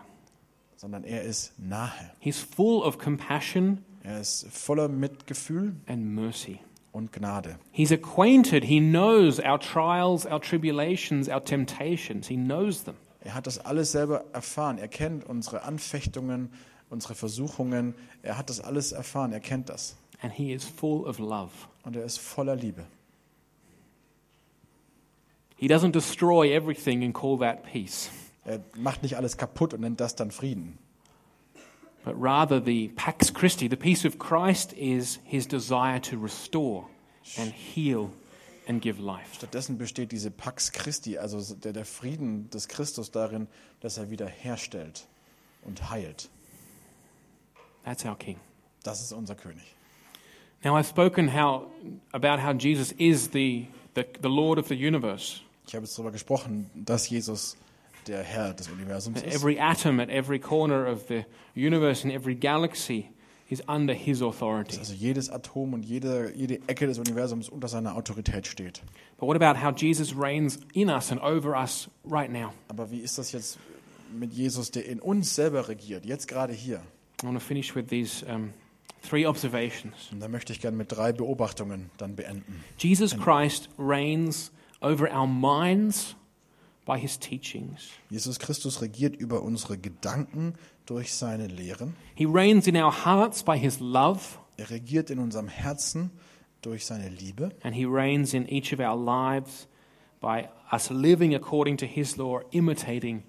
Speaker 2: sondern er ist nahe.
Speaker 1: He's full of compassion
Speaker 2: Er ist voller Mitgefühl
Speaker 1: and mercy.
Speaker 2: und Gnade.
Speaker 1: He's acquainted, he knows our trials, our tribulations, our temptations. He knows them.
Speaker 2: Er hat das alles selber erfahren. Er kennt unsere Anfechtungen, unsere Versuchungen. Er hat das alles erfahren. Er kennt das.
Speaker 1: And he is full of love.
Speaker 2: Und er ist voller Liebe.
Speaker 1: He doesn't destroy everything and call that peace,
Speaker 2: Er macht nicht alles kaputt und nennt das dann Frieden,
Speaker 1: but rather the Pax Christi, the peace of Christ, is his desire to restore and heal and give life.
Speaker 2: Stattdessen besteht diese Pax Christi, also der, der Frieden des Christus darin, dass er wiederherstellt und heilt.
Speaker 1: That's our King.
Speaker 2: Das ist unser König.
Speaker 1: Now, I've spoken how, about how Jesus is the, the, the Lord of the universe.
Speaker 2: Ich habe jetzt darüber gesprochen, dass Jesus der Herr des Universums
Speaker 1: That
Speaker 2: ist.
Speaker 1: every atom at every corner of the universe and every galaxy is under his authority.
Speaker 2: Also jedes Atom und jede, jede Ecke des Universums unter seiner Autorität steht.
Speaker 1: But what about how Jesus reigns in us and over us right now?
Speaker 2: Aber wie ist das jetzt mit Jesus, der in uns selber regiert, jetzt gerade hier?
Speaker 1: I want to finish with these um, three observations.
Speaker 2: Und da möchte ich gerne mit drei Beobachtungen dann beenden.
Speaker 1: Jesus Christ reigns over our minds by his teachings,
Speaker 2: Jesus Christus regiert über unsere Gedanken durch seine Lehren.
Speaker 1: he reigns in our hearts by his love,
Speaker 2: Er regiert in unserem Herzen durch seine Liebe.
Speaker 1: and he reigns in each of our lives by us living according to his law, imitating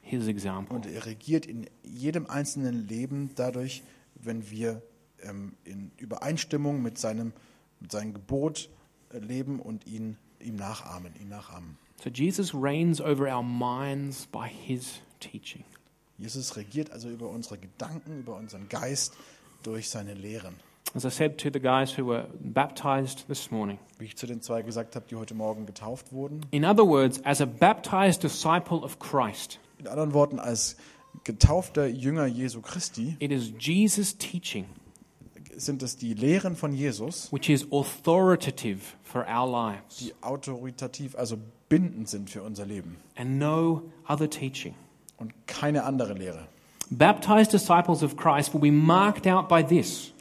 Speaker 1: his example.
Speaker 2: Und er regiert in jedem einzelnen Leben dadurch, wenn wir ähm, in Übereinstimmung mit seinem, mit seinem Gebot äh, leben und ihn, ihm nachahmen, ihn nachahmen.
Speaker 1: So Jesus reigns over our minds by his teaching.
Speaker 2: Jesus regiert also über unsere Gedanken, über unseren Geist durch seine Lehren.
Speaker 1: As I said to the guys who were baptized this morning,
Speaker 2: Wie ich zu den zwei gesagt habe, die heute Morgen getauft wurden.
Speaker 1: in other words, as a baptized disciple of Christ,
Speaker 2: Mit anderen Worten, als getaufter Jünger Jesu Christi
Speaker 1: it is Jesus' teaching
Speaker 2: sind es die Lehren von Jesus,
Speaker 1: which is authoritative for our lives
Speaker 2: die autoritativ, also bindend sind für unser Leben
Speaker 1: and no other teaching.
Speaker 2: und keine andere Lehre.
Speaker 1: Baptized disciples of Christ will be marked out by this.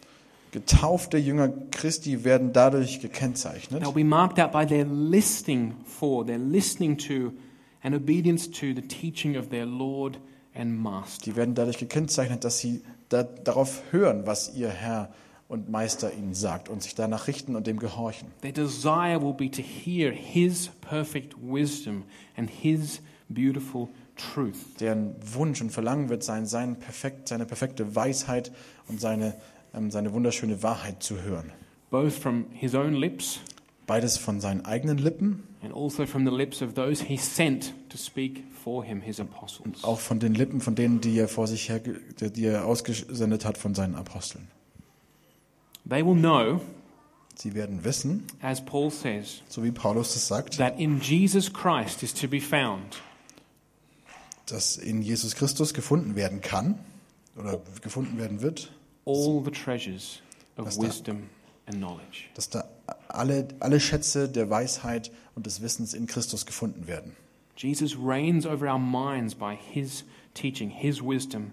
Speaker 2: Getaufte Jünger Christi werden dadurch gekennzeichnet,
Speaker 1: They'll be marked out by their listening for, their listening to, and obedience to the teaching of their Lord and Master.
Speaker 2: die werden dadurch gekennzeichnet, dass sie da, darauf hören, was ihr Herr und Meister ihnen sagt und sich danach richten und dem gehorchen.
Speaker 1: Their desire will be to hear His perfect wisdom and His beautiful truth.
Speaker 2: Deren Wunsch und Verlangen wird sein, sein perfekt, seine perfekte Weisheit und seine, ähm, seine wunderschöne Wahrheit zu hören.
Speaker 1: both from his own lips
Speaker 2: Beides von seinen eigenen Lippen,
Speaker 1: and also from the lips of those he sent to speak for him, his apostles.
Speaker 2: auch von den Lippen von denen, die er vor sich her, die er ausgesendet hat von seinen Aposteln.
Speaker 1: They will know,
Speaker 2: Sie werden wissen,
Speaker 1: as Paul says,
Speaker 2: so wie Paulus es sagt,
Speaker 1: that in Jesus Christ is to be found
Speaker 2: dass in Jesus Christus gefunden werden kann oder gefunden werden wird,
Speaker 1: all the treasures of
Speaker 2: That's that.
Speaker 1: wisdom and knowledge.
Speaker 2: dass da alle, alle Schätze der Weisheit und des Wissens in Christus gefunden werden.
Speaker 1: Jesus reigns over our minds by his teaching, his wisdom,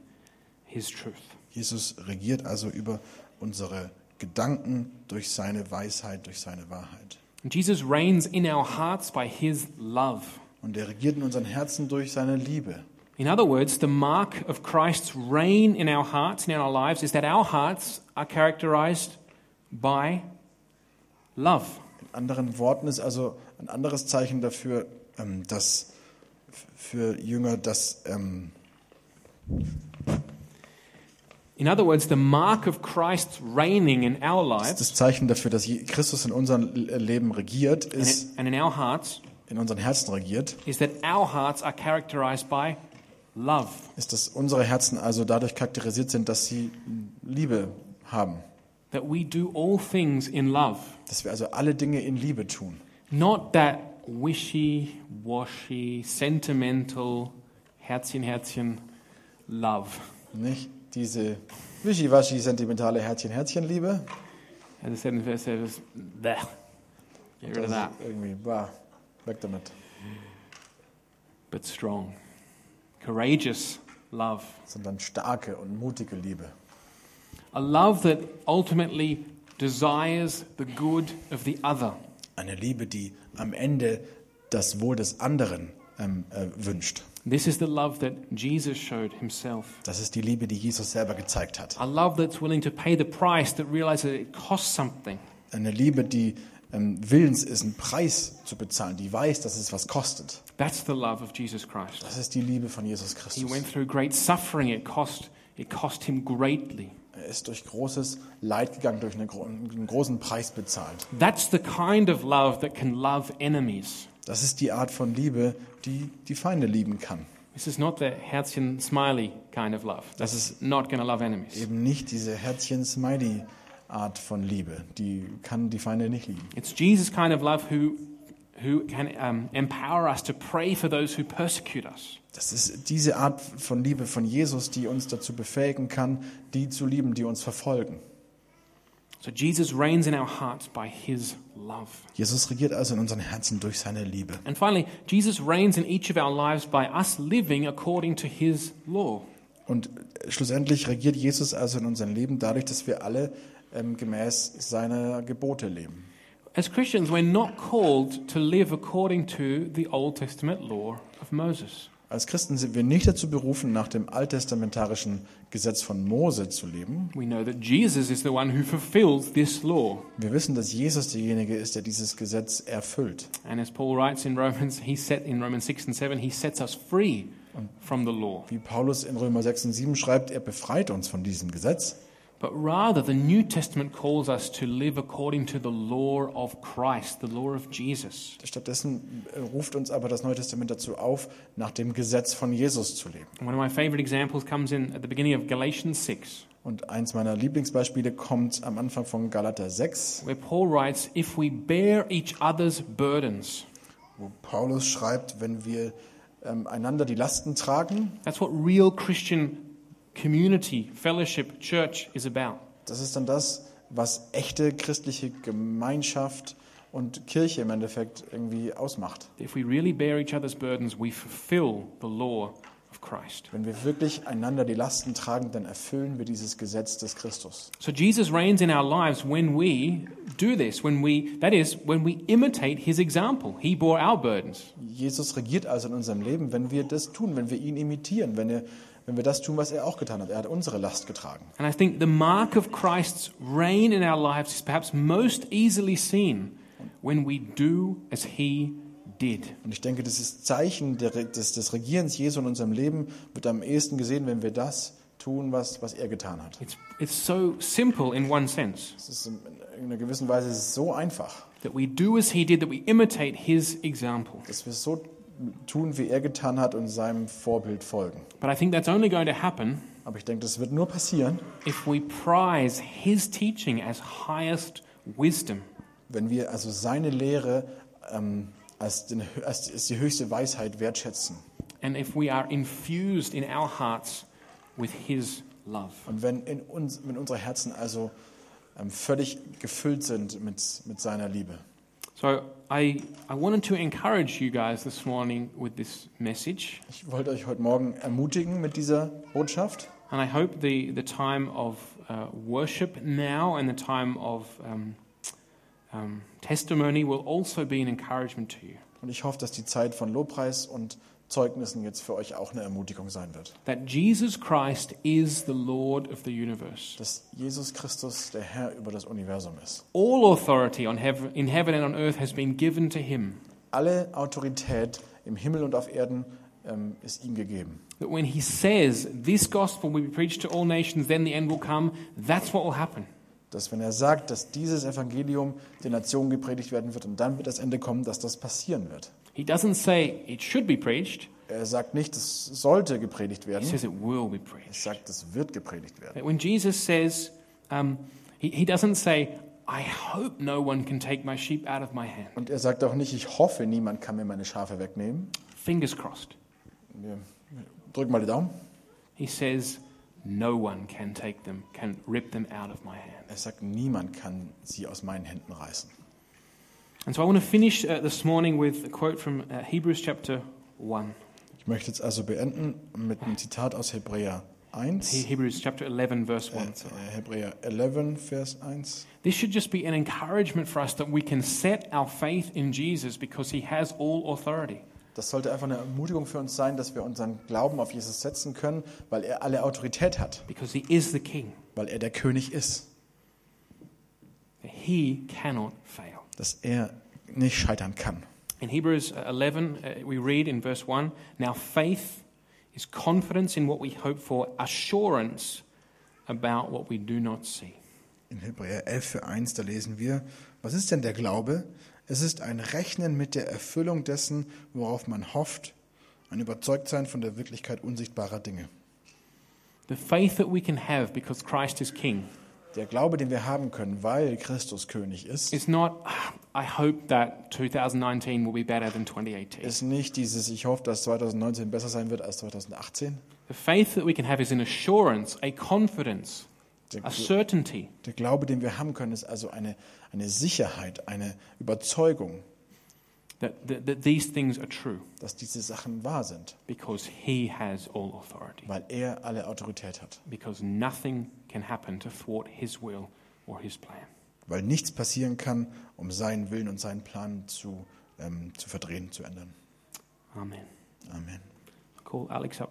Speaker 1: his truth.
Speaker 2: Jesus regiert also über unsere Gedanken durch seine Weisheit, durch seine Wahrheit.
Speaker 1: And Jesus reigns in our hearts by his love.
Speaker 2: Und er regiert in unseren Herzen durch seine Liebe.
Speaker 1: In other words, the mark of Christ's reign in our hearts and in our lives is that our hearts are characterized by love.
Speaker 2: In anderen Worten ist also ein anderes Zeichen dafür, ähm, dass f- für Jünger, dass ähm,
Speaker 1: In other words, the mark of Christ's reigning in our
Speaker 2: das,
Speaker 1: lives
Speaker 2: das Zeichen dafür, dass Je- Christus in unserem Le- Leben regiert,
Speaker 1: and
Speaker 2: ist
Speaker 1: in, and in our hearts
Speaker 2: in unseren Herzen regiert,
Speaker 1: is that our hearts are characterized by love.
Speaker 2: ist, dass unsere Herzen also dadurch charakterisiert sind, dass sie Liebe haben.
Speaker 1: That we do all things in love,
Speaker 2: Dass wir also alle Dinge in Liebe tun.
Speaker 1: not that wishy washy, sentimental, Herzchen, Herzchen love.
Speaker 2: Nicht diese wischiwaschi sentimentale Herzchen-Herzchen-Liebe.
Speaker 1: And the seventh verse says, bleh. Get rid of that.
Speaker 2: ist irgendwie, bah, weg damit.
Speaker 1: But strong, courageous love.
Speaker 2: Sondern starke und mutige Liebe.
Speaker 1: A love that ultimately desires the good of the other.
Speaker 2: Eine Liebe, die am Ende das Wohl des anderen ähm, äh, wünscht.
Speaker 1: This is the love that Jesus showed himself.
Speaker 2: Das ist die Liebe, die Jesus selber gezeigt hat.
Speaker 1: A love that's willing to pay the price, that realizes it costs something.
Speaker 2: Eine Liebe, die ähm, willens ist, einen Preis zu bezahlen, die weiß, dass es was kostet.
Speaker 1: That's the love of Jesus Christ.
Speaker 2: Das ist die Liebe von Jesus
Speaker 1: He
Speaker 2: Christus.
Speaker 1: went through great suffering. It cost, it cost him greatly.
Speaker 2: Er ist durch großes Leid gegangen, durch eine, gro- einen großen Preis bezahlt.
Speaker 1: That's the kind of love that can love enemies.
Speaker 2: Das ist die Art von Liebe, die die Feinde lieben kann.
Speaker 1: This is not the Herzchen smiley kind of love. This is not going to love enemies.
Speaker 2: Eben nicht diese Herzchen-Smiley-Art von Liebe. Die kann die Feinde nicht lieben.
Speaker 1: It's Jesus' kind of love who, who can um, empower us to pray for those who persecute us.
Speaker 2: Das ist diese Art von Liebe von Jesus, die uns dazu befähigen kann, die zu lieben, die uns verfolgen.
Speaker 1: So Jesus reigns in our hearts by his love.
Speaker 2: Jesus regiert also in unseren Herzen durch seine Liebe.
Speaker 1: And finally, Jesus reigns in each of our lives by us living according to his law.
Speaker 2: Und äh, schlussendlich regiert Jesus also in unserem Leben dadurch, dass wir alle ähm, gemäß seiner Gebote leben.
Speaker 1: As Christians, we're not called to live according to the Old Testament law of Moses.
Speaker 2: Als Christen sind wir nicht dazu berufen, nach dem alttestamentarischen Gesetz von Mose zu leben.
Speaker 1: We know that Jesus is the one who fulfills this law.
Speaker 2: Wir wissen, dass Jesus derjenige ist, der dieses Gesetz erfüllt.
Speaker 1: And as Paul writes in Romans, he set in Romans 6 and 7, he sets us free from the law.
Speaker 2: Wie Paulus in Römer 6 und 7 schreibt, er befreit uns von diesem Gesetz.
Speaker 1: But rather, the New Testament calls us to live according to the law of Christ, the law of Jesus.
Speaker 2: Stattdessen äh, ruft uns aber das Neue Testament dazu auf, nach dem Gesetz von Jesus zu leben.
Speaker 1: And One of my favorite examples comes in at the beginning of Galatians 6.
Speaker 2: Und eins meiner Lieblingsbeispiele kommt am Anfang von Galater 6,
Speaker 1: where Paul writes, If we bear each other's burdens,
Speaker 2: wo Paulus schreibt, wenn wir ähm, einander die Lasten tragen,
Speaker 1: that's what real Christian community, fellowship, church is about.
Speaker 2: das ist dann das, was echte christliche Gemeinschaft und Kirche im Endeffekt irgendwie ausmacht.
Speaker 1: If we really bear each other's burdens, we fulfill the law of Christ.
Speaker 2: Wenn wir wirklich einander die Lasten tragen, dann erfüllen wir dieses Gesetz des Christus.
Speaker 1: So Jesus reigns in our lives when we do this, when we that is when we imitate his example. He bore our burdens.
Speaker 2: Jesus regiert also in unserem Leben, wenn wir das tun, wenn wir ihn imitieren, wenn, er, wenn wir das tun, was er auch getan hat. Er hat unsere Last getragen.
Speaker 1: And I think the mark of Christ's reign in our lives is perhaps most easily seen when we do as he did.
Speaker 2: Und ich denke, dieses Zeichen der, Re- des, des Regierens Jesu in unserem Leben wird am ehesten gesehen, wenn wir das tun, was, was er getan hat.
Speaker 1: It's it's so simple in one sense
Speaker 2: Es ist in in einer gewissen Weise es ist so einfach,
Speaker 1: that we do as he did, that we imitate his example.
Speaker 2: dass wir es so tun, wie er getan hat und seinem Vorbild folgen.
Speaker 1: But I think that's only going to happen
Speaker 2: Aber ich denke, das wird nur passieren,
Speaker 1: if we prize his teaching as highest wisdom.
Speaker 2: wenn wir also seine Lehre ähm, als, den, als, als die höchste Weisheit wertschätzen.
Speaker 1: and if we are infused in our hearts with His love.
Speaker 2: Und wenn in uns, wenn unsere Herzen also ähm, völlig gefüllt sind mit, mit seiner Liebe.
Speaker 1: So I, I wanted to encourage you guys this morning with this message,
Speaker 2: Ich wollte euch heute Morgen ermutigen mit dieser Botschaft.
Speaker 1: and I hope the, the time of uh, worship now and the time of um, um, testimony will also be an encouragement to you.
Speaker 2: Und ich hoffe, dass die Zeit von Lobpreis und Zeugnissen jetzt für euch auch eine Ermutigung sein wird.
Speaker 1: That Jesus Christ is the Lord of the universe.
Speaker 2: Dass Jesus Christus der Herr über das Universum ist.
Speaker 1: All authority on heaven, in heaven and on earth has been given to Him.
Speaker 2: Alle Autorität im Himmel und auf Erden ähm, ist ihm gegeben.
Speaker 1: That when he says, This gospel will be preached to all nations, then the end will come, that's what will happen.
Speaker 2: Dass wenn er sagt, dass dieses Evangelium den Nationen gepredigt werden wird und dann wird das Ende kommen, dass das passieren wird.
Speaker 1: He doesn't say it should be preached,
Speaker 2: Er sagt nicht, es sollte gepredigt
Speaker 1: he
Speaker 2: werden.
Speaker 1: says it will be
Speaker 2: Er
Speaker 1: preached.
Speaker 2: sagt, es wird gepredigt werden.
Speaker 1: That when Jesus says, um, he, he doesn't say, I hope no one can take my sheep out of my hand.
Speaker 2: Und er sagt auch nicht, ich hoffe, niemand kann mir meine Schafe wegnehmen.
Speaker 1: Fingers crossed.
Speaker 2: Wir drücken mal die Daumen.
Speaker 1: He says, No one can take them, can rip them out of my hand.
Speaker 2: Er sagt, niemand kann sie aus meinen Händen reißen.
Speaker 1: And so I want to finish uh, this morning with a quote from uh, Hebrews chapter 1.
Speaker 2: Ich möchte jetzt also beenden mit einem Zitat aus Hebräer
Speaker 1: He-
Speaker 2: 1,
Speaker 1: Hebrews chapter 11, verse 1.
Speaker 2: äh, Hebräer 11, Vers 1.
Speaker 1: This should just be an encouragement for us that we can set our faith in Jesus because he has all authority.
Speaker 2: Das sollte einfach eine Ermutigung für uns sein, dass wir unseren Glauben auf Jesus setzen können, weil er alle Autorität hat,
Speaker 1: Because he is the king.
Speaker 2: weil er der König ist,
Speaker 1: that He cannot fail.
Speaker 2: dass er nicht scheitern kann.
Speaker 1: In Hebrews uh, 11, uh, we read in verse 1 Now faith is confidence in what we hope for, assurance about what we do not see.
Speaker 2: In Hebräer 11, Vers 1, da lesen wir, was ist denn der Glaube? Es ist ein Rechnen mit der Erfüllung dessen, worauf man hofft, ein Überzeugtsein von der Wirklichkeit unsichtbarer Dinge.
Speaker 1: The faith that we can have because Christ is king
Speaker 2: Der Glaube, den wir haben können, weil Christus König ist,
Speaker 1: is not, "Ah, I hope that 2019 will be better than 2018.
Speaker 2: ist nicht dieses, ich hoffe, dass 2019 besser sein wird als 2018.
Speaker 1: The faith that we can have is an assurance, a confidence,
Speaker 2: Der,
Speaker 1: a certainty
Speaker 2: der Glaube, den wir haben können, ist also eine, eine Sicherheit, eine Überzeugung,
Speaker 1: that, that, that these things are true
Speaker 2: dass diese Sachen wahr sind,
Speaker 1: because He has all authority.
Speaker 2: weil er alle Autorität hat.
Speaker 1: because nothing can happen to thwart his will or his plan.
Speaker 2: weil nichts passieren kann, um seinen Willen und seinen Plan zu, ähm, zu verdrehen, zu ändern.
Speaker 1: Amen.
Speaker 2: Amen.
Speaker 1: Call Alex up.